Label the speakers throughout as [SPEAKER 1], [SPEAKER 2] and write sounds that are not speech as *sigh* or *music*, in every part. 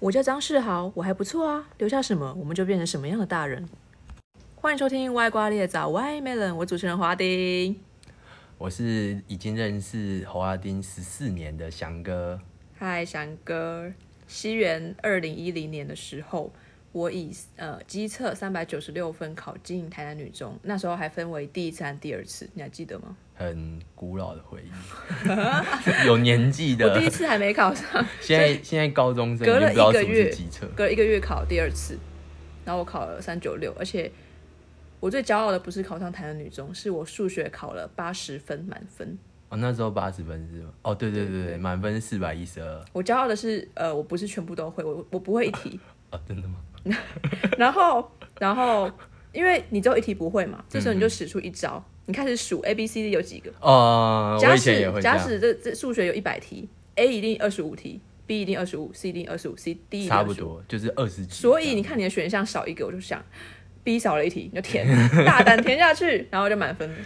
[SPEAKER 1] 我叫张世豪，我还不错啊，留下什么，我们就变成什么样的大人。欢迎收听《歪瓜裂枣》，Why Melon，我主持人华丁。
[SPEAKER 2] 我是已经认识侯阿丁十四年的翔哥，
[SPEAKER 1] 嗨，翔哥。西元二零一零年的时候，我以呃机测三百九十六分考进台南女中，那时候还分为第一次和第二次，你还记得吗？
[SPEAKER 2] 很古老的回忆， *laughs* 有年纪
[SPEAKER 1] 我第一
[SPEAKER 2] 的。
[SPEAKER 1] 次还没考上，
[SPEAKER 2] 现在现在高中生
[SPEAKER 1] 隔了
[SPEAKER 2] 已经不知道
[SPEAKER 1] 一个
[SPEAKER 2] 什么
[SPEAKER 1] 月
[SPEAKER 2] 是机测，
[SPEAKER 1] 隔了一个月考第二次，然后我考了三九六，而且我最骄傲的不是考上台南女中，是我数学考了八十分满分。
[SPEAKER 2] 哦，那时候八十分是吗？哦，对对
[SPEAKER 1] 对
[SPEAKER 2] 对
[SPEAKER 1] 对
[SPEAKER 2] 对，满分四百一十二。
[SPEAKER 1] 我骄傲的是，呃，我不是全部都会，我我不会一题， *laughs*
[SPEAKER 2] 哦，真的吗？
[SPEAKER 1] 然后然后因为你只有一题不会嘛，这时候你
[SPEAKER 2] 嗯
[SPEAKER 1] 就使出一招，你开始数 A B C D 有几个。
[SPEAKER 2] 哦，
[SPEAKER 1] 假
[SPEAKER 2] 我以前也
[SPEAKER 1] 使
[SPEAKER 2] 会这
[SPEAKER 1] 假
[SPEAKER 2] 样，
[SPEAKER 1] 使这这数学有一百题，A 一定二十五题，B 一定二十五，C 一定二十五，C D 一定
[SPEAKER 2] 差不
[SPEAKER 1] 25。
[SPEAKER 2] 多就是二十几。
[SPEAKER 1] 所以你看你的选项少一个，我就想 B 少了一题，你就
[SPEAKER 2] *laughs*
[SPEAKER 1] 填，大胆填下去，然后就满分了。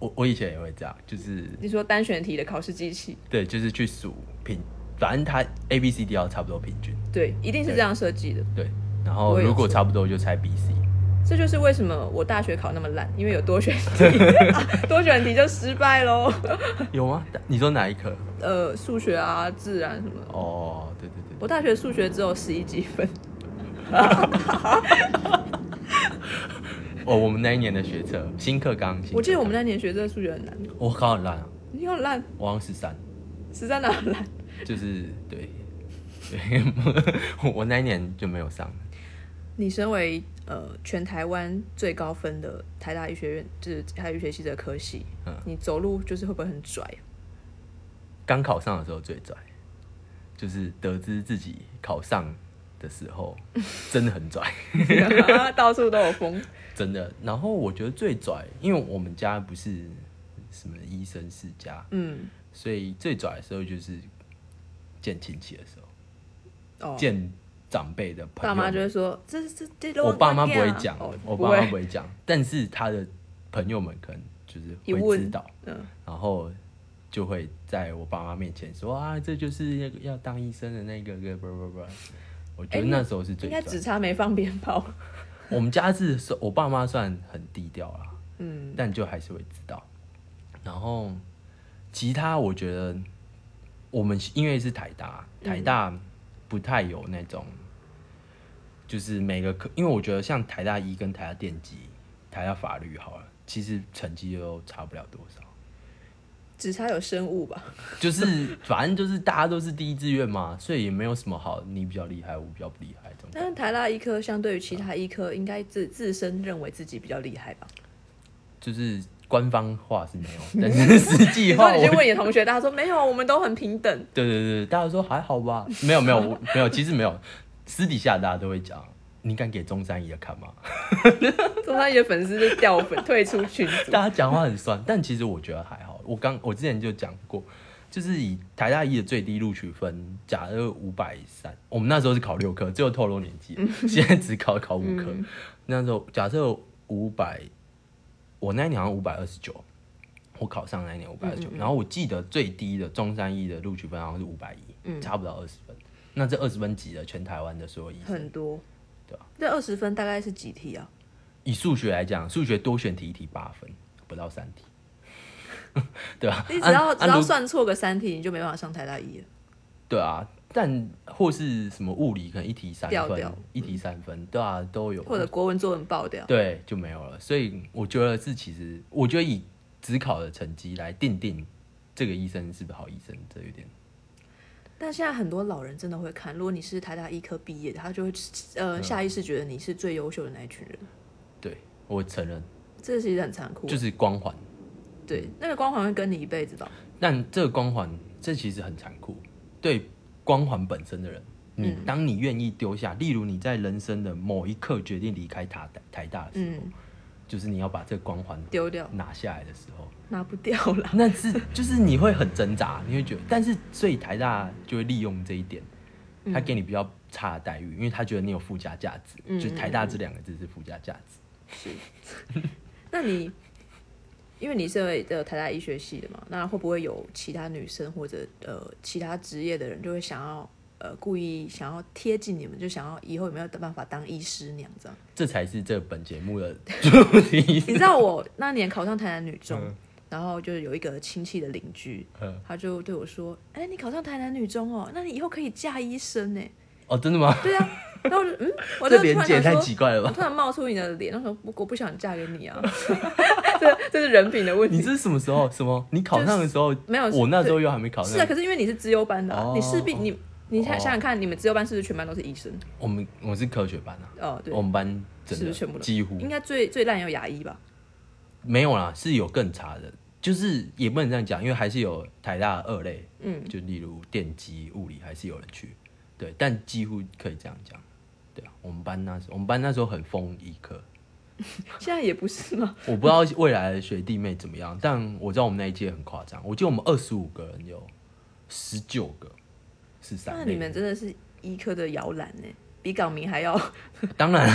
[SPEAKER 2] 我我以前也会这样，就是
[SPEAKER 1] 你说单选题的考试机器，
[SPEAKER 2] 对，就是去数平，反正它 A B C D 要差不多平均，
[SPEAKER 1] 对，一定是这样设计的。
[SPEAKER 2] 对。然
[SPEAKER 1] 我
[SPEAKER 2] 后
[SPEAKER 1] 也
[SPEAKER 2] 如果
[SPEAKER 1] 是
[SPEAKER 2] 差不多就猜 B
[SPEAKER 1] *laughs*
[SPEAKER 2] C，
[SPEAKER 1] 这就是为什么我大学考那么烂，因为有多选
[SPEAKER 2] *laughs*
[SPEAKER 1] 题，啊多选题就失败喽。
[SPEAKER 2] 有吗？你说哪一科？
[SPEAKER 1] 呃，数学啊、自然什么的，
[SPEAKER 2] 哦，对对对。
[SPEAKER 1] 我大学数学只有十一几分，
[SPEAKER 2] 哦，我们那一年的学测新课纲，新
[SPEAKER 1] 我记得我们
[SPEAKER 2] 课
[SPEAKER 1] 那年学这个数学很难，
[SPEAKER 2] 纲我考很烂啊，
[SPEAKER 1] 你很烂，
[SPEAKER 2] 我好像十三，
[SPEAKER 1] 实在哪很烂？
[SPEAKER 2] 就是对 *laughs* 对，我我那一年就没有上。
[SPEAKER 1] 你身为呃全台湾最高分的台大医学院，就是台大医学系的科系，
[SPEAKER 2] 嗯
[SPEAKER 1] 你走路就是会不会很
[SPEAKER 2] *laughs*
[SPEAKER 1] 拽？
[SPEAKER 2] 刚考上的时候最拽，就是得知自己考上的
[SPEAKER 1] *laughs*
[SPEAKER 2] 时候真的很拽，
[SPEAKER 1] 到处都有风，
[SPEAKER 2] 真的。然后我觉得最拽，因为我们家不是什么医生世家，
[SPEAKER 1] 嗯，
[SPEAKER 2] 所以最拽的时候就是见亲戚的时候，
[SPEAKER 1] 哦，
[SPEAKER 2] 见长辈的朋
[SPEAKER 1] 爸
[SPEAKER 2] 友
[SPEAKER 1] 妈
[SPEAKER 2] 们
[SPEAKER 1] 就会说这这这都
[SPEAKER 2] 我爸妈不会
[SPEAKER 1] 乱
[SPEAKER 2] 讲
[SPEAKER 1] 哦，
[SPEAKER 2] 我
[SPEAKER 1] 不
[SPEAKER 2] 爸妈
[SPEAKER 1] 会
[SPEAKER 2] 不，会讲，但是他的朋友们可能就是
[SPEAKER 1] 一
[SPEAKER 2] 会
[SPEAKER 1] 问
[SPEAKER 2] 知道，
[SPEAKER 1] 嗯，
[SPEAKER 2] 然后就会在我爸妈面前说啊，这就是那个要当医生的那个个不不不，我觉
[SPEAKER 1] 哎
[SPEAKER 2] 得
[SPEAKER 1] 那
[SPEAKER 2] 那时候是最
[SPEAKER 1] 应该
[SPEAKER 2] 赚
[SPEAKER 1] 只差没放鞭炮，
[SPEAKER 2] 我们家是算我爸妈算很低调啦，
[SPEAKER 1] 嗯，
[SPEAKER 2] 但就还是会知道。然后其他我觉得我们因为是台大，
[SPEAKER 1] 嗯
[SPEAKER 2] 台大不太有那种，就是每个科，因为我觉得像台大医跟台大电机、台大法律好了，其实成绩都差不了多少。
[SPEAKER 1] 只差有生物吧，
[SPEAKER 2] 就是 *laughs* 反正就是大家都是第一志愿嘛，所以也没有什么好你比较厉害，我比较不厉害这种。
[SPEAKER 1] 但是台大医科相对于其他医科，应该自自身认为自己比较厉害吧？
[SPEAKER 2] 就是官方话是没有，但是实
[SPEAKER 1] 你
[SPEAKER 2] 际
[SPEAKER 1] 说
[SPEAKER 2] 话
[SPEAKER 1] *laughs* 你
[SPEAKER 2] 我
[SPEAKER 1] 去问你的同学，大家说没有，我们都很平
[SPEAKER 2] *laughs*
[SPEAKER 1] 等。
[SPEAKER 2] 对对对，大家说还好吧？没有没有我没有，其实没有，私底下大家都会讲，你敢给中山一的看吗？
[SPEAKER 1] 中山一的粉丝就掉粉，退出群组。
[SPEAKER 2] 大家讲话很酸，但其实我觉得还好。我刚我之前就讲过，就是以台大一的最低录取分，假设五百三，我们那时候是考六科，最后透露年纪，现在只考考五科。那时候假设五百，我那一年好像五百二十九，我考上那一年五百二十九，然后我记得最低的中山一的录取分好像是五百一，差不到二十分。那这二十分挤了全台湾的所有医生。
[SPEAKER 1] 很多，
[SPEAKER 2] 对啊
[SPEAKER 1] 这二十分大概是几题啊？
[SPEAKER 2] 以数学来讲，数学多选题一题八分，不到三题， *laughs* 对吧、啊？
[SPEAKER 1] 你只要、
[SPEAKER 2] 啊
[SPEAKER 1] 只要
[SPEAKER 2] 如
[SPEAKER 1] 算错个三题，你就没办法上台大一了。
[SPEAKER 2] 对啊，但或是什么物理可能一题三
[SPEAKER 1] 掉
[SPEAKER 2] 分，
[SPEAKER 1] 掉
[SPEAKER 2] 一题三分，对啊，都有，
[SPEAKER 1] 或者国文作文爆掉，
[SPEAKER 2] 对就没有了。所以我觉得是其实，我觉得以只考的成绩来定定这个医生是不是好医生，这有点
[SPEAKER 1] 但现在很多老人真的会看，如果你是台大医科毕业的，他就会
[SPEAKER 2] 啊
[SPEAKER 1] 呃下意识觉得你是最优秀的那一群人，
[SPEAKER 2] 对我承认，
[SPEAKER 1] 这其实很残酷。啊
[SPEAKER 2] 就是光环。嗯
[SPEAKER 1] 对，那个光环会跟你一辈子吧。
[SPEAKER 2] 但这个光环，这其实很残酷。对光环本身的人，你、
[SPEAKER 1] 嗯
[SPEAKER 2] 当你愿意丢下，例如你在人生的某一刻决定离开台台大的时候，
[SPEAKER 1] 嗯，
[SPEAKER 2] 就是你要把这个光环
[SPEAKER 1] 丢掉
[SPEAKER 2] 拿下来的时候，
[SPEAKER 1] 拿不掉了。
[SPEAKER 2] 那是就是你会很挣扎，你会觉得，但是所以台大就会利用这一点，他给你比较差的待遇，因为他觉得你有附加价值，
[SPEAKER 1] 嗯
[SPEAKER 2] 就是台大这两个字是附加价值。
[SPEAKER 1] 那你因为你是为呃台大医学系的嘛，那会不会有其他女生或者呃其他职业的人就会想要呃故意想要贴近你们，就想要以后有没有办法当医师那样子啊。
[SPEAKER 2] 这才是这本节
[SPEAKER 1] *laughs*
[SPEAKER 2] 目的主题。 *laughs*
[SPEAKER 1] 你知道我那年考上台南女中，
[SPEAKER 2] 嗯
[SPEAKER 1] 然后就是有一个亲戚的邻居，
[SPEAKER 2] 嗯
[SPEAKER 1] 他就对我说：“哎、你考上台南女中哦，那你以后可以嫁医生呢。
[SPEAKER 2] 哦，真的吗？”
[SPEAKER 1] 对啊， *laughs* 然后我就嗯，我就突然
[SPEAKER 2] 这连
[SPEAKER 1] 想
[SPEAKER 2] 结也太
[SPEAKER 1] 说
[SPEAKER 2] 奇怪了
[SPEAKER 1] 我
[SPEAKER 2] 吧？
[SPEAKER 1] 突然冒出你的脸，那时候不我不想嫁给你啊， *laughs* 这这是人品的问
[SPEAKER 2] *laughs* 你
[SPEAKER 1] 题。
[SPEAKER 2] 这是什么时候？什么？你考上的时候，
[SPEAKER 1] 没有
[SPEAKER 2] 我那时候又还没考上。
[SPEAKER 1] 是啊，可是因为你是资优班的啊、
[SPEAKER 2] 哦
[SPEAKER 1] 你势必你你想
[SPEAKER 2] 哦
[SPEAKER 1] 想想看，你们资优班是不是全班都是医生？
[SPEAKER 2] 我们我是科学班啊，
[SPEAKER 1] 哦，对
[SPEAKER 2] 我，们班真
[SPEAKER 1] 是不
[SPEAKER 2] 的
[SPEAKER 1] 是全部都
[SPEAKER 2] 几乎
[SPEAKER 1] 应该最最烂有牙医吧？
[SPEAKER 2] 没有啦，是有更差的，就是也不能这样讲，因为还是有台大二类，
[SPEAKER 1] 嗯，
[SPEAKER 2] 就例如电机、物理还是有人去，对，但几乎可以这样讲。对啊，我们班那时候我们班那时候很疯医科，
[SPEAKER 1] 现在也不是
[SPEAKER 2] *laughs*
[SPEAKER 1] 嘛。
[SPEAKER 2] 我不知道未来的学弟妹怎么样，但我知道我们那一届很夸张，我记得我们二十五个人有十九个是三类
[SPEAKER 1] 那
[SPEAKER 2] 的，
[SPEAKER 1] 你们真的是医科的摇篮呢，比港民
[SPEAKER 2] *laughs*
[SPEAKER 1] 还要
[SPEAKER 2] 当然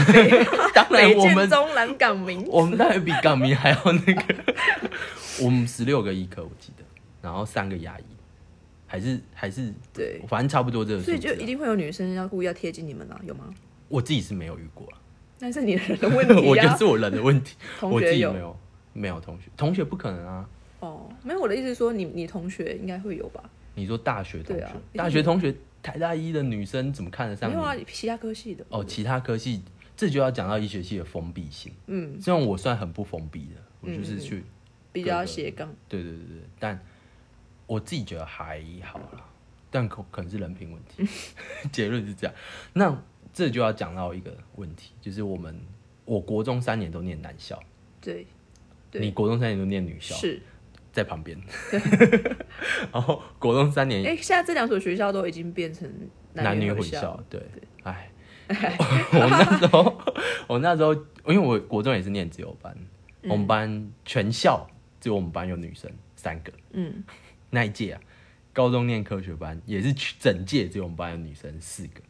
[SPEAKER 2] 当然
[SPEAKER 1] 北
[SPEAKER 2] 我
[SPEAKER 1] 哎
[SPEAKER 2] 们
[SPEAKER 1] 建中南港民。
[SPEAKER 2] 我们当然比港迷还要那个。
[SPEAKER 1] *laughs*
[SPEAKER 2] 我们十六个医科我记得，然后三个牙医，还是还是哎
[SPEAKER 1] 对，
[SPEAKER 2] 反正差不多这个数
[SPEAKER 1] 所以
[SPEAKER 2] 字
[SPEAKER 1] 就
[SPEAKER 2] 啊、
[SPEAKER 1] 一定会有女生要故意要贴近你们啦，啊有
[SPEAKER 2] *laughs*
[SPEAKER 1] 吗？
[SPEAKER 2] 我自己是没有遇过啊、
[SPEAKER 1] 那是 *laughs* 你的人的问题
[SPEAKER 2] 我就
[SPEAKER 1] 呀、
[SPEAKER 2] 是我人的问题，
[SPEAKER 1] *laughs* 同
[SPEAKER 2] 我自
[SPEAKER 1] 学
[SPEAKER 2] 己
[SPEAKER 1] 有
[SPEAKER 2] 没有没有同学，同学不可能啊。
[SPEAKER 1] 哦，没有我的意思是说你你同学应该会有吧？
[SPEAKER 2] 你说大学同
[SPEAKER 1] 对
[SPEAKER 2] 学，
[SPEAKER 1] 啊
[SPEAKER 2] 大学同学，台大一的女生怎么看得上
[SPEAKER 1] 没
[SPEAKER 2] 你？
[SPEAKER 1] 有啊，其他科系的
[SPEAKER 2] 哦，其他科系这就要讲到医学系的封闭性。
[SPEAKER 1] 嗯，
[SPEAKER 2] 虽然我算很不封闭的，我就是去，
[SPEAKER 1] 比较斜杠。
[SPEAKER 2] 对对对对，但我自己觉得还好啦，但可可能是人品问
[SPEAKER 1] *laughs*
[SPEAKER 2] 题，结论是这样。那这就要讲到一个问题，就是我们我国中三年都念男校，
[SPEAKER 1] 对，对
[SPEAKER 2] 你国中三年都念女校，
[SPEAKER 1] 是。
[SPEAKER 2] 在旁边， *laughs* 然后国中三年
[SPEAKER 1] 哎、现在这两所学校都已经变成
[SPEAKER 2] 男女
[SPEAKER 1] 女
[SPEAKER 2] 混
[SPEAKER 1] 校
[SPEAKER 2] 校，，对，哎，我 *laughs* 我那时候，我那时候，因为我国中也是念自由班，我们班全校只有我们班有女生三个，
[SPEAKER 1] 嗯，
[SPEAKER 2] *laughs* 那一届啊，高中念科学班也是全整届只有我们班有女生四个，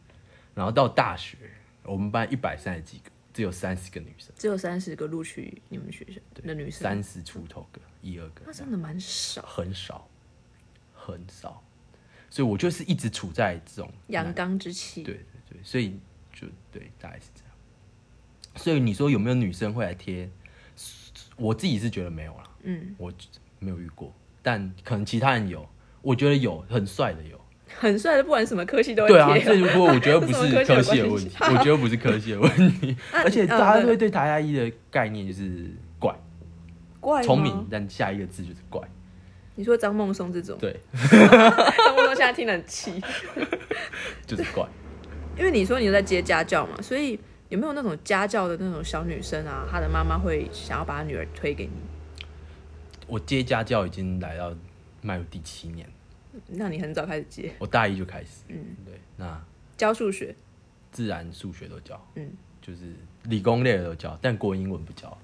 [SPEAKER 2] 然后到大学，我们班一百三十几个，只有三十个女生，
[SPEAKER 1] 只有三十个录取你们学校的女生，
[SPEAKER 2] 三十出头个，一二个，
[SPEAKER 1] 那真的蛮少，
[SPEAKER 2] 很少，很少，所以我就是一直处在这种
[SPEAKER 1] 阳刚之气。
[SPEAKER 2] 对对对，所以就对，大概是这样。所以你说有没有女生会来贴？我自己是觉得没有啦，
[SPEAKER 1] 嗯，
[SPEAKER 2] 我没有遇过，但可能其他人有，我觉得有很帅的有。
[SPEAKER 1] 很帅的，不管什么科系都会
[SPEAKER 2] 对啊，
[SPEAKER 1] 贴
[SPEAKER 2] 这如果我觉得
[SPEAKER 1] *laughs*
[SPEAKER 2] 不
[SPEAKER 1] 这
[SPEAKER 2] 是
[SPEAKER 1] 什么
[SPEAKER 2] 科
[SPEAKER 1] 科
[SPEAKER 2] 系
[SPEAKER 1] 系
[SPEAKER 2] 的
[SPEAKER 1] 有
[SPEAKER 2] 问
[SPEAKER 1] 关系
[SPEAKER 2] 题，我觉得不是科系的问题，
[SPEAKER 1] *laughs* 啊
[SPEAKER 2] 而且
[SPEAKER 1] 你呃
[SPEAKER 2] 大家
[SPEAKER 1] 对
[SPEAKER 2] 会对台大一的概念就是怪、
[SPEAKER 1] 怪吗
[SPEAKER 2] 聪明，。但下一个字就是怪。
[SPEAKER 1] 你说张梦松这种，
[SPEAKER 2] 对，
[SPEAKER 1] 张梦松现在听得很气，
[SPEAKER 2] 就是怪。 *laughs*
[SPEAKER 1] 因为你说你有在接家教嘛，所以有没有那种家教的那种小女生啊？她的妈妈会想要把她女儿推给你，
[SPEAKER 2] 我接家教已经来到迈入第七年，
[SPEAKER 1] 那你很早开始接
[SPEAKER 2] 我大一就开始。
[SPEAKER 1] 嗯，
[SPEAKER 2] 对，那
[SPEAKER 1] 教数学，
[SPEAKER 2] 自然、数学都教，
[SPEAKER 1] 嗯，
[SPEAKER 2] 就是理工类的都教，但国文、英文不教，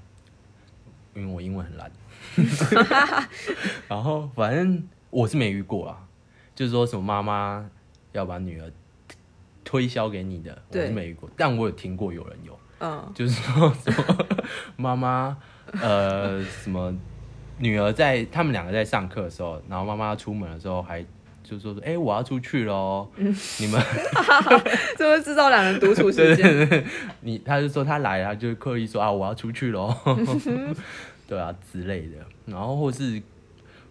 [SPEAKER 2] 因为我英文很
[SPEAKER 1] *laughs*
[SPEAKER 2] 烂。然后反正我是没遇过啊，就是说什么妈妈要把女儿推销给你的，我
[SPEAKER 1] 对
[SPEAKER 2] 是没遇过，但我有听过有人有，
[SPEAKER 1] 嗯， *laughs*
[SPEAKER 2] *laughs* 就是说什么妈妈呃什么女儿在他们两个在上课的时候，然后妈妈出门的时候还就说哎、我要出去喽，你们
[SPEAKER 1] 这会制造两人独处时间。
[SPEAKER 2] 你他就说他来了，他就刻意说啊我要出去
[SPEAKER 1] *laughs*
[SPEAKER 2] 喽，对啊之类的，然后或是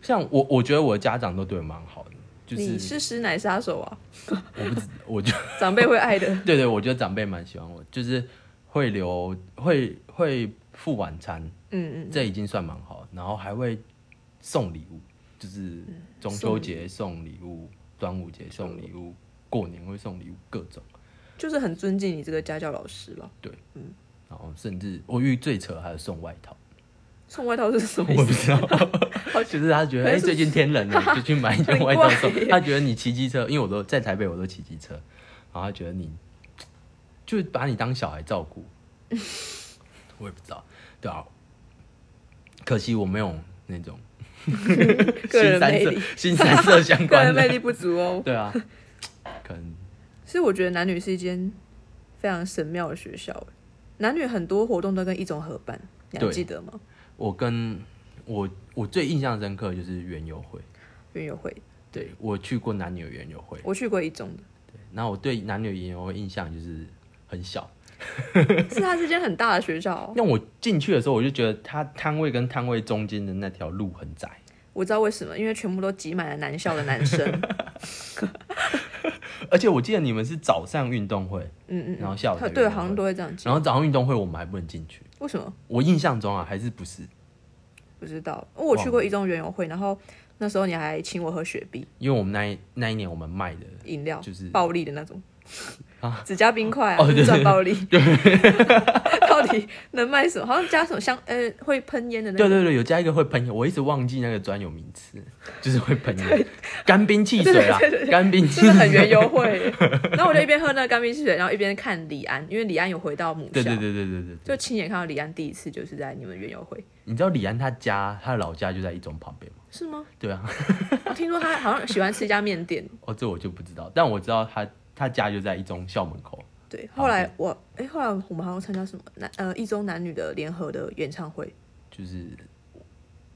[SPEAKER 2] 像我，我觉得我的家长都对我蛮好的，就
[SPEAKER 1] 你
[SPEAKER 2] 是
[SPEAKER 1] 是师奶杀手啊，
[SPEAKER 2] 我不知我就。
[SPEAKER 1] 长辈会爱的
[SPEAKER 2] *laughs*
[SPEAKER 1] 嗯
[SPEAKER 2] 对对，我觉得长辈蛮喜欢我，就是会留会会付晚餐，
[SPEAKER 1] 嗯嗯，
[SPEAKER 2] 这已经算蛮好，然后还会送礼物，就是中秋节送礼物，端午节送礼物，过年会送礼物各种。
[SPEAKER 1] 就是很尊敬你这个家教老师了。
[SPEAKER 2] 然后甚至我遇最扯还有送外套，
[SPEAKER 1] 送外套是什么意
[SPEAKER 2] 我
[SPEAKER 1] 思？
[SPEAKER 2] 不知道，就是 *laughs* 他觉得哎、最近天冷了，就去买一件外套送
[SPEAKER 1] 很怪耶。
[SPEAKER 2] 他觉得你骑机车，因为我都在台北，我都骑机车，然后他觉得你就把你当小孩
[SPEAKER 1] *laughs*
[SPEAKER 2] 照顾，我也不知道，对啊。可惜我没有那种
[SPEAKER 1] *laughs* 个
[SPEAKER 2] 新
[SPEAKER 1] 人
[SPEAKER 2] 三
[SPEAKER 1] 魅
[SPEAKER 2] 色
[SPEAKER 1] 力、
[SPEAKER 2] 新三色相
[SPEAKER 1] *laughs* 个
[SPEAKER 2] 关
[SPEAKER 1] 人魅
[SPEAKER 2] 的，
[SPEAKER 1] 力不足哦。
[SPEAKER 2] 对啊，可能
[SPEAKER 1] 其实我觉得男女是一间非常神妙的学校，欸男女很多活动都跟一中合办，你还
[SPEAKER 2] 对
[SPEAKER 1] 记得吗？
[SPEAKER 2] 我跟我我最印象深刻的就是园游会，
[SPEAKER 1] 园游会，
[SPEAKER 2] 对我去过男女的园游会，
[SPEAKER 1] 我去过一中的，
[SPEAKER 2] 然后我对男女研究印象就是很小。
[SPEAKER 1] 是它是间很大的学校，啊
[SPEAKER 2] 那我进去的时候，我就觉得它摊位跟摊位中间的那条路很窄，
[SPEAKER 1] 我知道为什么，因为全部都挤满了男校的男生。
[SPEAKER 2] 而且我记得你们是早上运动会，
[SPEAKER 1] 嗯嗯，
[SPEAKER 2] *laughs* 然后下午才
[SPEAKER 1] 对，
[SPEAKER 2] 运动
[SPEAKER 1] 好像哦
[SPEAKER 2] 会
[SPEAKER 1] 都会这样挤。
[SPEAKER 2] 然后早上运动会我们还不能进去。
[SPEAKER 1] 为什么
[SPEAKER 2] 我印象中啊，还是不是
[SPEAKER 1] 不知道？哦我去过一中园游会，然后那时候你还请我喝雪碧
[SPEAKER 2] 因为我们那一那一年我们卖的
[SPEAKER 1] 饮料，
[SPEAKER 2] 就是
[SPEAKER 1] 暴力的那种，只加冰块啊，
[SPEAKER 2] 哦
[SPEAKER 1] 就是
[SPEAKER 2] 对
[SPEAKER 1] 算暴力。 *laughs* 到底能卖什么？好像加什么香，呃，会喷烟的那
[SPEAKER 2] 对
[SPEAKER 1] 种。
[SPEAKER 2] 对对，有加一个会喷烟，我一直忘记那个专有名词， *laughs* 就是会喷烟，干冰汽水啦
[SPEAKER 1] 对对对，对
[SPEAKER 2] 干冰汽
[SPEAKER 1] 真的很
[SPEAKER 2] 水。
[SPEAKER 1] 原优
[SPEAKER 2] *laughs*
[SPEAKER 1] 惠，然后我就一边喝那个干冰汽水，然后一边看李安，因为李安有回到母校，
[SPEAKER 2] 对对对对对对对，
[SPEAKER 1] 就亲眼看到李安第一次就是在你们园游会，
[SPEAKER 2] 你知道李安他家他的老家就在一中旁边吗？
[SPEAKER 1] 是吗？
[SPEAKER 2] 对啊，
[SPEAKER 1] *laughs* 我听说他好像喜欢吃一家面店，
[SPEAKER 2] 哦这我就不知道，但我知道他他家就在一中校门口。
[SPEAKER 1] 对，
[SPEAKER 2] *laughs* 好
[SPEAKER 1] 后来我哎、后来我们好像参加什么男呃一中男女的联合的演唱会，
[SPEAKER 2] 就是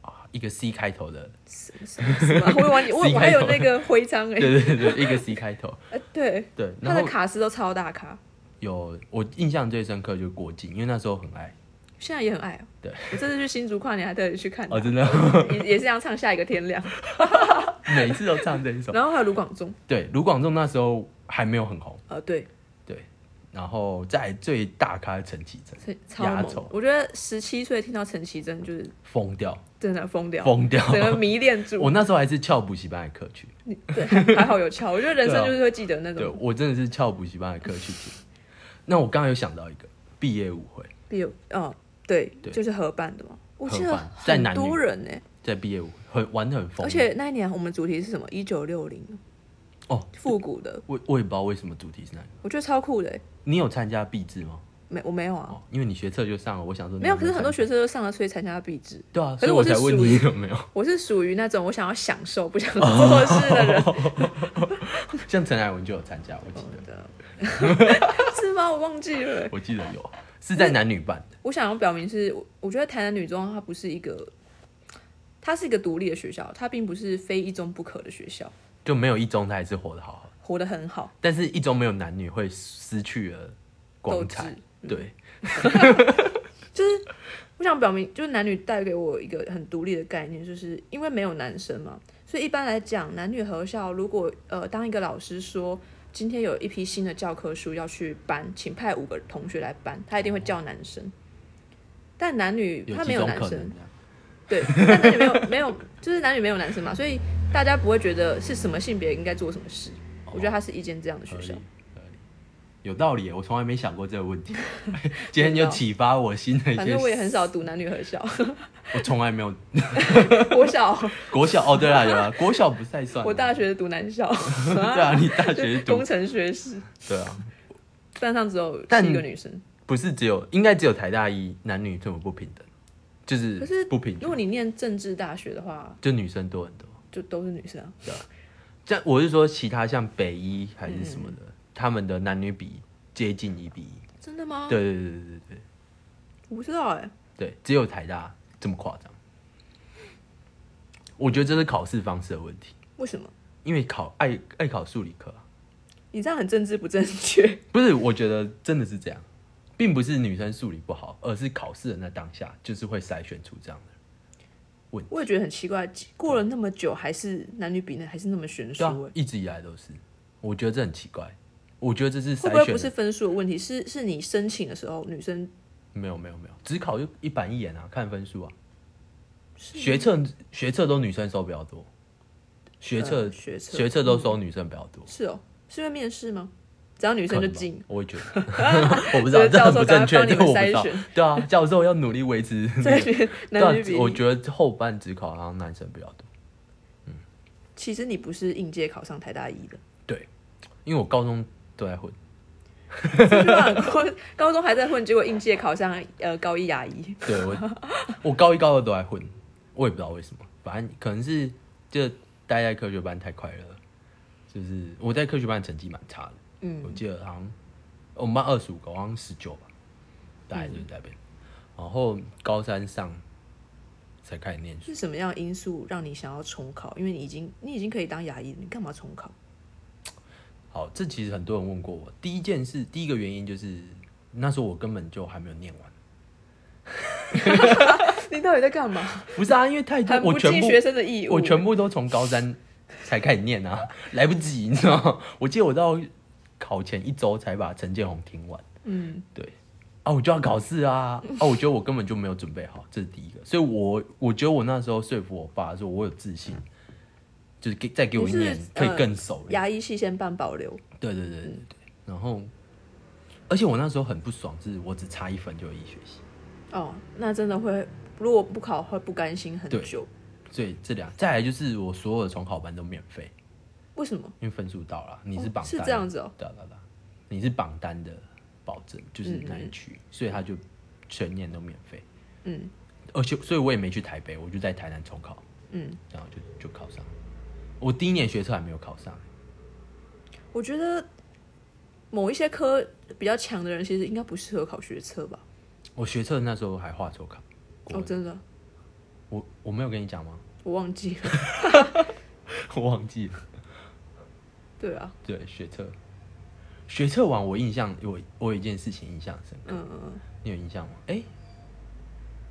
[SPEAKER 2] 啊一个 C 开头的，
[SPEAKER 1] 什么什么什么， *laughs* 我完我
[SPEAKER 2] 自己
[SPEAKER 1] 我
[SPEAKER 2] 开
[SPEAKER 1] 还
[SPEAKER 2] 头
[SPEAKER 1] 有那个徽章哎、
[SPEAKER 2] 对对对，对一个 C 开头，
[SPEAKER 1] 呃对，
[SPEAKER 2] 对。
[SPEAKER 1] 他
[SPEAKER 2] 然
[SPEAKER 1] 的
[SPEAKER 2] 后
[SPEAKER 1] 卡司都超大咖，
[SPEAKER 2] 有我印象最深刻就是郭靖，因为那时候很爱
[SPEAKER 1] 现在也很爱、哦。
[SPEAKER 2] 对，
[SPEAKER 1] 我这次去新竹跨年还特地去看他，
[SPEAKER 2] 哦，真的
[SPEAKER 1] 也也是这样唱下一个天亮，
[SPEAKER 2] *laughs* 每次都唱这一首。
[SPEAKER 1] 然后还有卢广仲，
[SPEAKER 2] 对，卢广仲那时候还没有很红，
[SPEAKER 1] 呃对，
[SPEAKER 2] 对。然后在最大咖的陈绮贞
[SPEAKER 1] 陈超
[SPEAKER 2] 压
[SPEAKER 1] 猛
[SPEAKER 2] 轴，
[SPEAKER 1] 我觉得十七岁听到陈绮贞就是
[SPEAKER 2] 疯掉，
[SPEAKER 1] 真的疯掉，
[SPEAKER 2] 疯掉。
[SPEAKER 1] 整个迷恋住，
[SPEAKER 2] *laughs* 我那时候还是翘补习班的课去，
[SPEAKER 1] 对，还还好有敲，我觉得人
[SPEAKER 2] 对
[SPEAKER 1] 生
[SPEAKER 2] 啊
[SPEAKER 1] 就是会记得那
[SPEAKER 2] 对
[SPEAKER 1] 种
[SPEAKER 2] 我真的是翘补习班的课去听。 *laughs* 那我刚刚有想到一个毕业舞会，
[SPEAKER 1] 毕业，哦，对，
[SPEAKER 2] 对
[SPEAKER 1] 就是合办的嘛。我记
[SPEAKER 2] 合
[SPEAKER 1] 得
[SPEAKER 2] 办在
[SPEAKER 1] 很
[SPEAKER 2] 男女
[SPEAKER 1] 多人呢、欸
[SPEAKER 2] 在毕业舞会很玩的很疯，
[SPEAKER 1] 而且那一年我们主题是什么？一九六零
[SPEAKER 2] 哦，
[SPEAKER 1] 复古的，
[SPEAKER 2] 我我也不知道为什么主题是那个。
[SPEAKER 1] 我觉得超酷的欸、
[SPEAKER 2] 你有参加毕制吗？
[SPEAKER 1] 没，我没有啊，
[SPEAKER 2] 哦，因为你学测就上了，我想说你
[SPEAKER 1] 没有。可是
[SPEAKER 2] 参
[SPEAKER 1] 很多学生都上了，所以参加壁纸。
[SPEAKER 2] 对啊，
[SPEAKER 1] 可是
[SPEAKER 2] 所以
[SPEAKER 1] 我
[SPEAKER 2] 我
[SPEAKER 1] 是
[SPEAKER 2] 才问
[SPEAKER 1] 属于
[SPEAKER 2] 你有没有， *laughs*
[SPEAKER 1] 我是属于那种我想要享受不想做事的人，
[SPEAKER 2] 像陈乃文就有参加，我记得，
[SPEAKER 1] *laughs* 是吗？我忘记了。
[SPEAKER 2] 我记得有是在男女办的，
[SPEAKER 1] 我想要表明是，我我觉得台南女中它不是一个，它是一个独立的学校，它并不是非一中不可的学校，
[SPEAKER 2] 就没有一中他还是活得好好的，
[SPEAKER 1] 活得很好，
[SPEAKER 2] 但是一中没有男女会失去了
[SPEAKER 1] 斗
[SPEAKER 2] 光
[SPEAKER 1] 志。嗯
[SPEAKER 2] 彩，对，
[SPEAKER 1] 就是我想表明，就是男女带给我一个很独立的概念，就是因为没有男生嘛，所以一般来讲，男女合校，如果呃，当一个老师说今天有一批新的教科书要去搬，请派五个同学来搬，他一定会叫男生。但男女他
[SPEAKER 2] 有
[SPEAKER 1] 没
[SPEAKER 2] 几
[SPEAKER 1] 有
[SPEAKER 2] 种
[SPEAKER 1] 男
[SPEAKER 2] 可
[SPEAKER 1] 生
[SPEAKER 2] 能，这样。
[SPEAKER 1] 对，但男女没有没有，就是男女没有男生嘛，所以大家不会觉得是什么性别应该做什么事。
[SPEAKER 2] 哦
[SPEAKER 1] 我觉得它是一间这样的学
[SPEAKER 2] 合理
[SPEAKER 1] 校，
[SPEAKER 2] 合理有道理耶，我从来没想过这个问
[SPEAKER 1] *laughs*
[SPEAKER 2] 题。 *laughs* 今天就启发我新的一
[SPEAKER 1] 反
[SPEAKER 2] 些
[SPEAKER 1] 正，我也很少读男女合
[SPEAKER 2] *laughs*
[SPEAKER 1] 校，
[SPEAKER 2] 我从来没有
[SPEAKER 1] 我小
[SPEAKER 2] 国小哦，对啦，有啦，国小不太算啦，
[SPEAKER 1] 我大学是读男
[SPEAKER 2] *laughs*
[SPEAKER 1] 校，
[SPEAKER 2] 对啊，你大学
[SPEAKER 1] *laughs*
[SPEAKER 2] 是读
[SPEAKER 1] 工程学士，
[SPEAKER 2] 对啊，
[SPEAKER 1] 班上只有
[SPEAKER 2] 但
[SPEAKER 1] 七个女生。
[SPEAKER 2] 不是只有，应该只有台大一男女这么不平等，就
[SPEAKER 1] 可是
[SPEAKER 2] 是不平
[SPEAKER 1] 如
[SPEAKER 2] 等，
[SPEAKER 1] 果你念政治大学的话，
[SPEAKER 2] 就女生多很多。
[SPEAKER 1] 就都是女生啊。
[SPEAKER 2] 这样我是说，其他像北一还是什么
[SPEAKER 1] 嗯
[SPEAKER 2] 的，他们的男女比接近一比一。
[SPEAKER 1] 真的吗？
[SPEAKER 2] 对对对对对
[SPEAKER 1] 我不知道哎、
[SPEAKER 2] 对对，只有台大这么夸张。我觉得这是考试方式的问题，
[SPEAKER 1] 为什么？
[SPEAKER 2] 因为考爱爱考数理科啊、
[SPEAKER 1] 你这样很政治不正
[SPEAKER 2] *laughs*
[SPEAKER 1] 确。
[SPEAKER 2] 不是，我觉得真的是这样，并不是女生数理不好，而是考试的那当下就是会筛选出这样的人。
[SPEAKER 1] 我也觉得很奇怪，过了那么久还是男女比呢，还是那么悬殊
[SPEAKER 2] 对
[SPEAKER 1] 哎、
[SPEAKER 2] 啊，一直以来都是，我觉得这很奇怪。我觉得这是
[SPEAKER 1] 会
[SPEAKER 2] 筛
[SPEAKER 1] 不会
[SPEAKER 2] 选
[SPEAKER 1] 不
[SPEAKER 2] 的
[SPEAKER 1] 是分数的问题，是是你申请的时候女生
[SPEAKER 2] 没有没有没有，只考就一板一眼啊，看分数啊。
[SPEAKER 1] 是
[SPEAKER 2] 学测学测都女生收比较多，学测、
[SPEAKER 1] 呃学测
[SPEAKER 2] 学测都收女生比较多，
[SPEAKER 1] 是哦？是因为面试吗？只要女生就
[SPEAKER 2] *laughs*
[SPEAKER 1] 进
[SPEAKER 2] 可能吧，我也觉
[SPEAKER 1] *laughs*
[SPEAKER 2] 得，我不知道
[SPEAKER 1] 就是
[SPEAKER 2] 这
[SPEAKER 1] 教
[SPEAKER 2] 很
[SPEAKER 1] 授
[SPEAKER 2] 不正确，
[SPEAKER 1] 刚刚帮你
[SPEAKER 2] 这
[SPEAKER 1] 们
[SPEAKER 2] 我不知
[SPEAKER 1] 筛
[SPEAKER 2] 道。对啊，教授要努力维持。
[SPEAKER 1] 在学
[SPEAKER 2] 对
[SPEAKER 1] *laughs* 男女
[SPEAKER 2] 啊
[SPEAKER 1] 比，
[SPEAKER 2] 我觉得后半只考好像男生比较多，
[SPEAKER 1] 其实你不是应届考上台大一的。
[SPEAKER 2] 因为我高中都在混，
[SPEAKER 1] 这句话很混， *laughs* 高中还在混，结果应届考上呃高一牙医，
[SPEAKER 2] 对我我高一高二都在混，我也不知道为什么，反正可能是就待在科学班太快乐了，就是我在科学班的成绩蛮差的。
[SPEAKER 1] 嗯，
[SPEAKER 2] 我记得好像我们班二十五个，我好像十九吧，大概就是在那边。
[SPEAKER 1] 嗯
[SPEAKER 2] 然后高三上才开始念书，
[SPEAKER 1] 是什么样的因素让你想要重考？因为你已经你已经可以当牙医了，你干嘛重考？
[SPEAKER 2] 好，这其实很多人问过我。第一件事，第一个原因就是那时候我根本就还没有念完。
[SPEAKER 1] *laughs* 你到底在干嘛？
[SPEAKER 2] 不是啊，因为太多，
[SPEAKER 1] 很
[SPEAKER 2] 我
[SPEAKER 1] 不
[SPEAKER 2] 全
[SPEAKER 1] 尽
[SPEAKER 2] 部
[SPEAKER 1] 学生的义务。
[SPEAKER 2] 我全部都从高三才开始念啊， *laughs* 来不及，你知道吗？我记得我到考前一周才把陈建宏听完。
[SPEAKER 1] 嗯，
[SPEAKER 2] 对，啊，我就要考试啊，啊，我觉得我根本就没有准备好，这是第一个。所以我我觉得我那时候说服我爸说，我有自信，就是给再给我
[SPEAKER 1] 你
[SPEAKER 2] 一
[SPEAKER 1] 是
[SPEAKER 2] 年可以
[SPEAKER 1] 呃
[SPEAKER 2] 更熟练。
[SPEAKER 1] 牙医系先办保留，
[SPEAKER 2] 对对对对对对。然后，而且我那时候很不爽，是我只差一分就有医学系，
[SPEAKER 1] 哦，那真的会，如果不考会不甘心很
[SPEAKER 2] 对
[SPEAKER 1] 久。
[SPEAKER 2] 所以这两再来就是我所有的重考班都免费，
[SPEAKER 1] 为什么？
[SPEAKER 2] 因为分数到了，你
[SPEAKER 1] 哦
[SPEAKER 2] 是榜单、
[SPEAKER 1] 是这样子哦
[SPEAKER 2] 对啊对啊对啊你是榜单的保证，就是那一区，所以他就全年都免费。
[SPEAKER 1] 嗯
[SPEAKER 2] 而且所以我也没去台北，我就在台南重考，
[SPEAKER 1] 嗯，
[SPEAKER 2] 然后就就考上。我第一年学测还没有考上，
[SPEAKER 1] 我觉得某一些科比较强的人，其实应该不适合考学测吧？
[SPEAKER 2] 我学测那时候还画错考。国
[SPEAKER 1] 哦，
[SPEAKER 2] 文
[SPEAKER 1] 真的，
[SPEAKER 2] 我我没有跟你讲吗？
[SPEAKER 1] 我忘记了。
[SPEAKER 2] *laughs*
[SPEAKER 1] *laughs*
[SPEAKER 2] 我忘记了。
[SPEAKER 1] 对啊，
[SPEAKER 2] 对，学测，学测完我印象我我有一件事情印象深刻，
[SPEAKER 1] 嗯嗯嗯，
[SPEAKER 2] 你有印象吗？哎、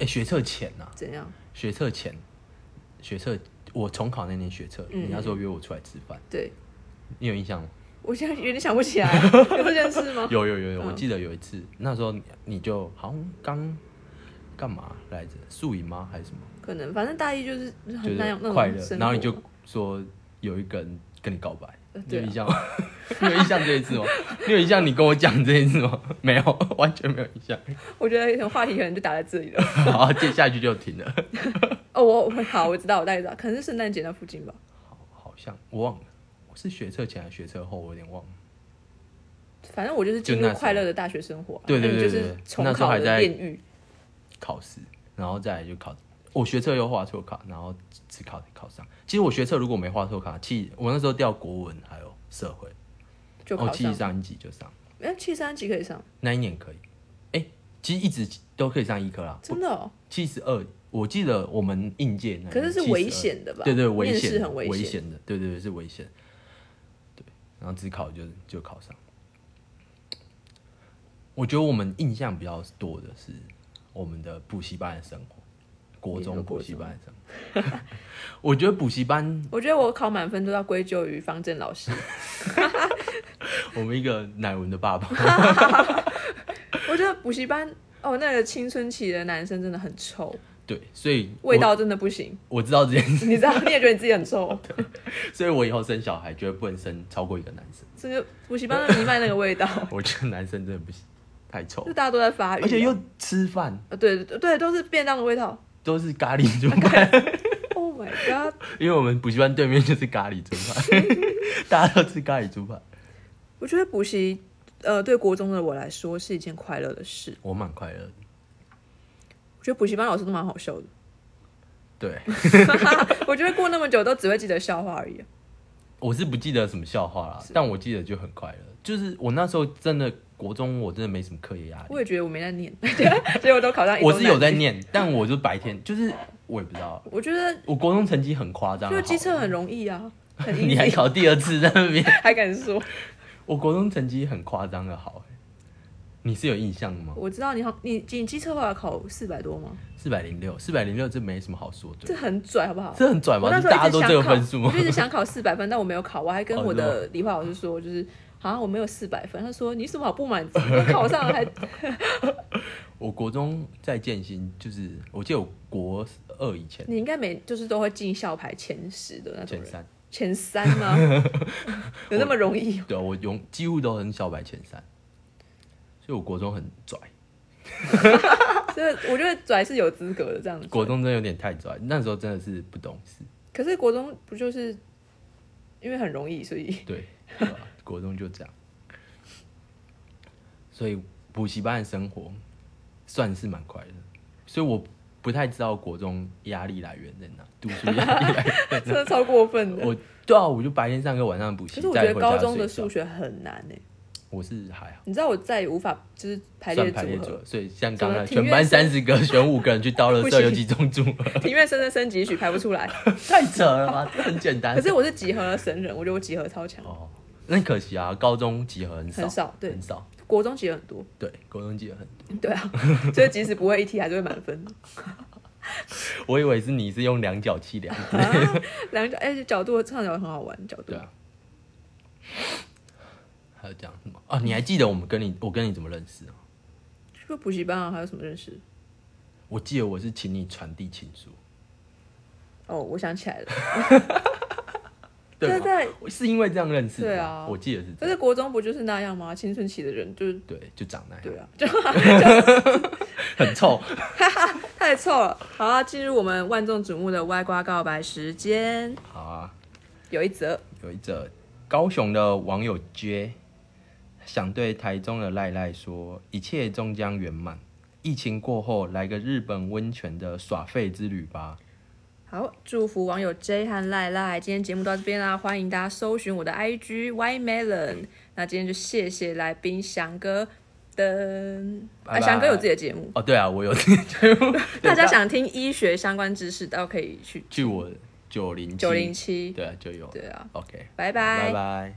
[SPEAKER 2] 哎、学测前呐、
[SPEAKER 1] 怎样？
[SPEAKER 2] 学测前，学测我重考那年学测，
[SPEAKER 1] 嗯
[SPEAKER 2] 你那时候约我出来吃饭，
[SPEAKER 1] 对，
[SPEAKER 2] 你有印象吗？ *laughs*
[SPEAKER 1] 我现在有点想不起来，有这件事吗？ *laughs*
[SPEAKER 2] 有有有有，我
[SPEAKER 1] 嗯
[SPEAKER 2] 记得有一次，那时候你你就好像刚干嘛来着？宿营吗？还是什么？
[SPEAKER 1] 可能，反正大一就是
[SPEAKER 2] 就
[SPEAKER 1] 很难有那
[SPEAKER 2] 是
[SPEAKER 1] 种
[SPEAKER 2] 快乐，
[SPEAKER 1] 生活
[SPEAKER 2] 然后你就说有一个人跟你告白，
[SPEAKER 1] 呃
[SPEAKER 2] 你有
[SPEAKER 1] 对啊
[SPEAKER 2] 印象吗？ *laughs* 你有印象这一次吗？你有印象你跟我讲这一次吗？ *laughs* 没有，完全没有印象。 *laughs*
[SPEAKER 1] 我觉得话题可能就打在这里了。 *laughs*
[SPEAKER 2] 好，接下去就停了。
[SPEAKER 1] 哦，我我好，我知道，我大概知道，可能是圣诞节那附近吧，
[SPEAKER 2] 好，好像我忘了，我是学测前还是学测后，我有点忘了。
[SPEAKER 1] 反正我就是进
[SPEAKER 2] 就
[SPEAKER 1] 入
[SPEAKER 2] 那时候
[SPEAKER 1] 快乐的大学生活啊、
[SPEAKER 2] 对对
[SPEAKER 1] 那你
[SPEAKER 2] 对
[SPEAKER 1] 就
[SPEAKER 2] 对
[SPEAKER 1] 是
[SPEAKER 2] 对
[SPEAKER 1] 重
[SPEAKER 2] 那时候
[SPEAKER 1] 考
[SPEAKER 2] 还
[SPEAKER 1] 的
[SPEAKER 2] 在
[SPEAKER 1] 炼狱，
[SPEAKER 2] 考试，然后再来就考。我学测又画错卡，然后只考考上。其实我学测如果没画错卡，其实我那时候调国文还有社会，
[SPEAKER 1] 就
[SPEAKER 2] 哦，
[SPEAKER 1] 考
[SPEAKER 2] 其实
[SPEAKER 1] 上。
[SPEAKER 2] 上一级就上，
[SPEAKER 1] 哎、七三级可以上，
[SPEAKER 2] 那一年可以。哎、其实一直都可以上医科啦，
[SPEAKER 1] 真的哦，
[SPEAKER 2] 七十二，我记得我们应届那一年
[SPEAKER 1] 可是是
[SPEAKER 2] 72
[SPEAKER 1] 危险的吧？
[SPEAKER 2] 对对，危
[SPEAKER 1] 面试
[SPEAKER 2] 险的
[SPEAKER 1] 很
[SPEAKER 2] 危
[SPEAKER 1] 险。
[SPEAKER 2] 的，对对对是危险，对，然后只考就就考上。我觉得我们印象比较多的是我们的补习班的生活，国
[SPEAKER 1] 你说
[SPEAKER 2] 中
[SPEAKER 1] 国
[SPEAKER 2] 补习班的生活。 *laughs* 我觉得补习班，
[SPEAKER 1] 我觉得我考满分都要归咎于方正老师，
[SPEAKER 2] 我们一个乃文的爸 *laughs* 爸，
[SPEAKER 1] 我觉得补习班哦，那个青春期的男生真的很臭，
[SPEAKER 2] 对，所以我
[SPEAKER 1] 味道真的不行， *laughs*
[SPEAKER 2] 我知道这件事， *laughs*
[SPEAKER 1] 你知道，你也觉得你自己很臭，
[SPEAKER 2] 所以我以后生小孩绝对不能生超过一个男生。 *laughs*
[SPEAKER 1] 这个补习班都弥漫那个味道，
[SPEAKER 2] 我觉得男生真的不行，太臭
[SPEAKER 1] *laughs* 就，大家都在发育，
[SPEAKER 2] 而且又吃饭
[SPEAKER 1] 呃对对对，都是便当的味道。
[SPEAKER 2] 都是咖喱
[SPEAKER 1] *laughs*
[SPEAKER 2] 猪排。
[SPEAKER 1] Oh my god！
[SPEAKER 2] 因为我们补习班对面就是咖喱猪排， *laughs* 大家都吃咖喱猪排，
[SPEAKER 1] 我觉得补习，呃，对国中的我来说是一件快乐的事。
[SPEAKER 2] 我蛮快乐的。
[SPEAKER 1] 我觉得补习班老师都蛮好笑的， *laughs*
[SPEAKER 2] 对，
[SPEAKER 1] 我觉得过那么久都只会记得笑话而已。
[SPEAKER 2] 我是不记得什么笑话啦，但我记得就很快乐。就是我那时候真的国中，我真的没什么课业压力
[SPEAKER 1] 我，也觉得我没在念， *laughs* 结果都考上一。
[SPEAKER 2] 我是有在。 *laughs* 念，但我就白天就是我也不知道，
[SPEAKER 1] 我觉得
[SPEAKER 2] 我国中成绩很夸张
[SPEAKER 1] 就
[SPEAKER 2] 啊，
[SPEAKER 1] 是机
[SPEAKER 2] 好
[SPEAKER 1] 测很容易啊，很
[SPEAKER 2] *laughs* 你还
[SPEAKER 1] easy
[SPEAKER 2] 考第二次在那边，
[SPEAKER 1] 还敢说？
[SPEAKER 2] 我国中成绩很夸张的好、欸你是有印象的吗？
[SPEAKER 1] 我知道你好，你你机测后来考四百多吗？
[SPEAKER 2] 四百零六，四百零六，这没什么好说
[SPEAKER 1] 这
[SPEAKER 2] 的，
[SPEAKER 1] 很拽，好不好？
[SPEAKER 2] 这很拽
[SPEAKER 1] 我
[SPEAKER 2] 吗？
[SPEAKER 1] 那
[SPEAKER 2] 是
[SPEAKER 1] 时候
[SPEAKER 2] 大家
[SPEAKER 1] 一直
[SPEAKER 2] 都
[SPEAKER 1] 想
[SPEAKER 2] 这个
[SPEAKER 1] 考，
[SPEAKER 2] 分数
[SPEAKER 1] 我
[SPEAKER 2] 吗
[SPEAKER 1] 就？一直想考四百分，但我没有考，我还跟
[SPEAKER 2] 哦
[SPEAKER 1] 我
[SPEAKER 2] 是吗
[SPEAKER 1] 的理化老师说，就是好像我没有四百分，他说你有什么好不满足？我考上了还
[SPEAKER 2] 我国中在建新，就是我记得我国二以前
[SPEAKER 1] 你应该每就是都会进校排前十的那种
[SPEAKER 2] 前
[SPEAKER 1] 人，
[SPEAKER 2] 三，
[SPEAKER 1] 前三
[SPEAKER 2] *laughs*
[SPEAKER 1] 吗？有那么容易？
[SPEAKER 2] 对啊我永几乎都很小白前三，所以我国中很拽，
[SPEAKER 1] 所以我觉得拽是有资格的这样子。
[SPEAKER 2] 国中真的有点太拽，那时候真的是不懂事，
[SPEAKER 1] 可是国中不就是因为很容易，所
[SPEAKER 2] *laughs*
[SPEAKER 1] 以
[SPEAKER 2] 对，对吧国中就这样，所以补习班的生活算是蛮快乐，所以我不太知道国中压力来源在哪，读书压
[SPEAKER 1] *laughs*
[SPEAKER 2] 力来
[SPEAKER 1] 真的超过分
[SPEAKER 2] 源，
[SPEAKER 1] 的。
[SPEAKER 2] 我对啊，我就白天上课，晚上补习，
[SPEAKER 1] 可是我觉
[SPEAKER 2] 再
[SPEAKER 1] 得
[SPEAKER 2] 回家
[SPEAKER 1] 高中的
[SPEAKER 2] 睡
[SPEAKER 1] 数
[SPEAKER 2] 觉，
[SPEAKER 1] 学很难诶、
[SPEAKER 2] 我是还好。
[SPEAKER 1] 你知道我再也无法就是排
[SPEAKER 2] 算
[SPEAKER 1] 列
[SPEAKER 2] 排列
[SPEAKER 1] 组
[SPEAKER 2] 组
[SPEAKER 1] 合
[SPEAKER 2] 合，，所以像刚刚
[SPEAKER 1] 什么
[SPEAKER 2] 全班
[SPEAKER 1] 庭院
[SPEAKER 2] 三十
[SPEAKER 1] *laughs*
[SPEAKER 2] 个选五个人去到了
[SPEAKER 1] 不
[SPEAKER 2] 社
[SPEAKER 1] 行
[SPEAKER 2] 有几种组合，
[SPEAKER 1] *laughs* 庭院深深深
[SPEAKER 2] *laughs*
[SPEAKER 1] 几曲排不出来。
[SPEAKER 2] 太扯了吧？这很简单。
[SPEAKER 1] 可是我是集合了神人，我觉得我集合超强。
[SPEAKER 2] 哦，那可惜啊，高中集合很少，
[SPEAKER 1] 很少对
[SPEAKER 2] 很少，
[SPEAKER 1] 国中其实很多，
[SPEAKER 2] 对，高中集合很多。
[SPEAKER 1] 对啊， *laughs* 所以即使不会一题还是会满分。
[SPEAKER 2] 我以为是你是用量角器量，
[SPEAKER 1] 啊，两角哎、角度唱角很好玩，角度
[SPEAKER 2] 对。啊。还有讲什么啊？你还记得我们跟你，我跟你怎么认识啊？
[SPEAKER 1] 就补习班啊，还有什么认识？
[SPEAKER 2] 我记得我是请你传递情书，
[SPEAKER 1] 哦，我想起来了，
[SPEAKER 2] 对
[SPEAKER 1] 对
[SPEAKER 2] 吗？
[SPEAKER 1] 对，
[SPEAKER 2] 我是因为这样认识的吗，
[SPEAKER 1] 对啊
[SPEAKER 2] 我记得是这
[SPEAKER 1] 可
[SPEAKER 2] 样，
[SPEAKER 1] 是国中不就是那样吗？青春期的人就是
[SPEAKER 2] 对，就长那样，
[SPEAKER 1] 对啊， *laughs* 就
[SPEAKER 2] 很臭。
[SPEAKER 1] 太臭了。好啊，进入我们万众瞩目的歪瓜告白时间，
[SPEAKER 2] 好啊，
[SPEAKER 1] 有一则
[SPEAKER 2] 有一则高雄的网友 J 想对台中的赖赖说：一切终将圆满，疫情过后来个日本温泉的耍废之旅吧。
[SPEAKER 1] 好，祝福网友 J 和赖赖。今天节目到这边啦、欢迎大家搜寻我的 IG Y Melon。那今天就谢谢来宾翔哥的，
[SPEAKER 2] 拜
[SPEAKER 1] 哎，
[SPEAKER 2] 拜
[SPEAKER 1] 翔哥有自己的节目，
[SPEAKER 2] 哦，对啊，我有这个节目，
[SPEAKER 1] 大家想听医学相关知识，都可以去
[SPEAKER 2] 据我九零
[SPEAKER 1] 九零七。
[SPEAKER 2] 对啊就有
[SPEAKER 1] 对啊，
[SPEAKER 2] ，OK，
[SPEAKER 1] 拜
[SPEAKER 2] 拜拜。